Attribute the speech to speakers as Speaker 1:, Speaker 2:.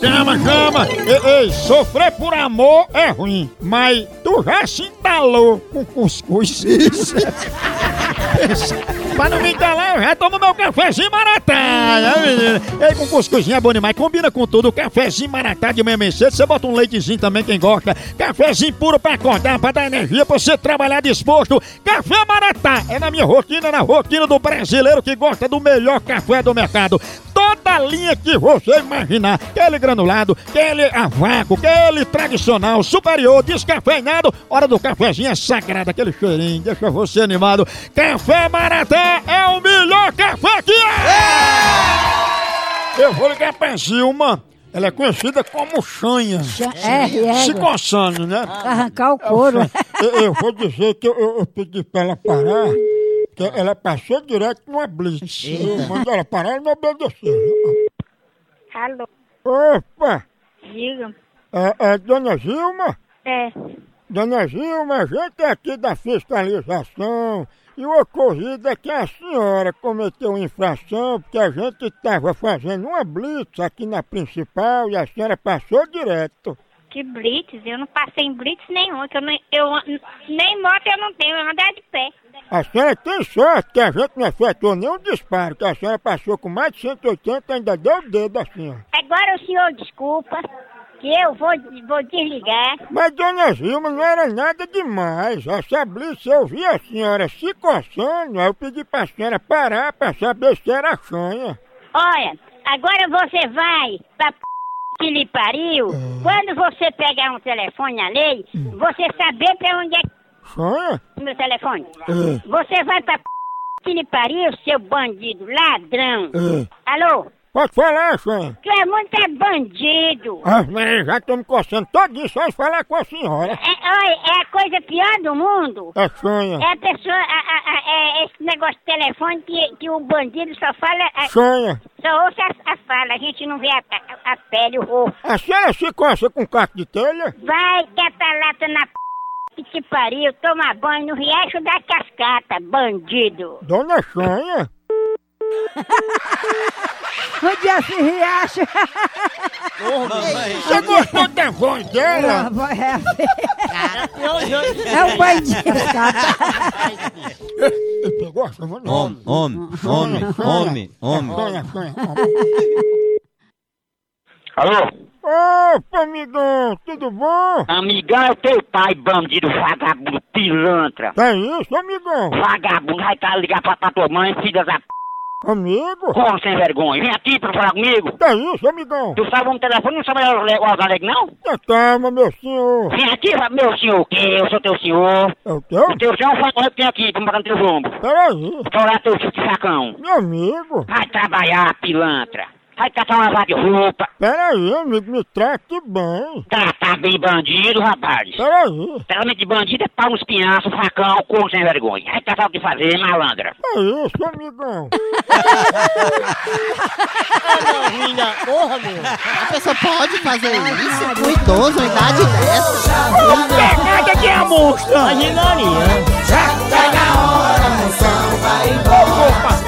Speaker 1: Chama, chama! Ei, ei, sofrer por amor é ruim, mas tu já se entalou com cuscuz. Pensa, pra não me engalar, eu já tomo meu cafezinho maratá. né, menina? Ei, com cuscuzinho é bom demais. Combina com tudo. Cafezinho maratá de manhã bem cedo. Você bota um leitezinho também, quem gosta. Cafezinho puro pra acordar, pra dar energia, pra você trabalhar disposto. Café maratá é na minha rotina, na rotina do brasileiro que gosta do melhor café do mercado. Toda linha que você imaginar. Aquele granulado, aquele a vácuo, aquele tradicional, superior, descafeinado. Hora do cafezinho é sagrado, aquele cheirinho, deixa você animado. Café Maratá é o melhor café que é! Eu vou ligar pra Zilma. Ela é conhecida como Chanha.
Speaker 2: Já- É,
Speaker 1: Se
Speaker 2: é.
Speaker 1: coçando, né?
Speaker 2: Arrancar o couro.
Speaker 1: É, Eu, eu vou dizer que eu, eu- eu pedi pra ela parar, que ela passou direto numa blitz. Eu mandei ela parar, ela não obedeceu.
Speaker 3: Alô,
Speaker 1: Opa!
Speaker 3: diga.
Speaker 1: É, é Dona Zilma?
Speaker 3: É,
Speaker 1: Dona Zilma, a gente é aqui da fiscalização e o ocorrido é que a senhora cometeu infração porque a gente estava fazendo uma blitz aqui na principal e a senhora passou direto.
Speaker 3: que blitz? Eu não passei em blitz nenhuma, que eu, não, eu an- nem moto eu não tenho, eu andar de pé.
Speaker 1: A senhora tem sorte que a gente não efetuou nenhum disparo, que a senhora passou com mais de 180 e ainda deu o dedo à senhora.
Speaker 3: Agora o senhor desculpa, que eu vou, vou desligar.
Speaker 1: Mas Dona Zilma não era nada demais. Essa blitz eu vi a senhora se coçando, aí eu pedi pra senhora parar pra saber se era chanha.
Speaker 3: Olha, agora você vai pra p... que lhe pariu. Quando você pegar um telefone alheio, você saber pra onde é que
Speaker 1: Chanha?
Speaker 3: é o meu telefone. Você vai pra p... que lhe pariu, seu bandido, ladrão.
Speaker 1: Ah.
Speaker 3: Alô,
Speaker 1: Pode falar, senhora.
Speaker 3: tu é muito é bandido.
Speaker 1: Ah, mas já estou me coçando todinho só de falar com a senhora.
Speaker 3: É, olha, é a coisa pior do mundo.
Speaker 1: É sonha.
Speaker 3: É a pessoa, a- a- a- é esse negócio de telefone que, que o bandido só fala, a-
Speaker 1: Sonha.
Speaker 3: só ouça a, a fala, a gente não vê a, a- a pele, o rosto.
Speaker 1: A senhora se coça com caco de telha?
Speaker 3: Vai, catalata na p que te pariu, toma banho no riacho da cascata, bandido.
Speaker 1: Dona Sonha?
Speaker 2: Onde é esse riacho?
Speaker 1: Você gostou da voz
Speaker 2: Tá.
Speaker 1: dela?
Speaker 2: É o bandido.
Speaker 1: Você gosta, mano?
Speaker 4: Homem, homem, homem, homem, homem.
Speaker 1: Sonha, sonha.
Speaker 5: Alô?
Speaker 1: Opa, amigão, tudo bom?
Speaker 5: Amigão é teu pai, bandido, vagabundo, pilantra.
Speaker 1: Tá isso, amigão?
Speaker 5: Vagabundo, vai cá ligar pra, pra tua mãe, filha da p...
Speaker 1: Amigo?
Speaker 5: Como sem vergonha? Vem aqui pra falar comigo.
Speaker 1: Tá isso, amigão?
Speaker 5: Tu sabe um telefone, não sabe o Osaleg, não?
Speaker 1: Tá calma, meu senhor.
Speaker 5: Vem aqui, fa- meu senhor, o quê? Eu sou teu senhor.
Speaker 1: É o teu?
Speaker 5: O teu senhor é um facão que tem aqui, pra botar no teu ombro.
Speaker 1: Peraí.
Speaker 5: Fora teu filho de facão.
Speaker 1: Meu amigo.
Speaker 5: Vai trabalhar, pilantra. Vai catar uma vaga de roupa.
Speaker 1: Peraí, amigo, me trate bem.
Speaker 5: Tratar bem bandido, rapaz.
Speaker 1: Peraí.
Speaker 5: Tratamento de bandido é pau nos pinhaços, facão, corno sem vergonha. Vai catar o que fazer, malandra.
Speaker 1: É isso, amigão.
Speaker 6: Filha, porra, meu. A pessoa pode fazer isso com idoso, uma idade dessa.
Speaker 1: Pegada que é a monstra! Imaginaria! Já tá na hora, moção vai embora! É um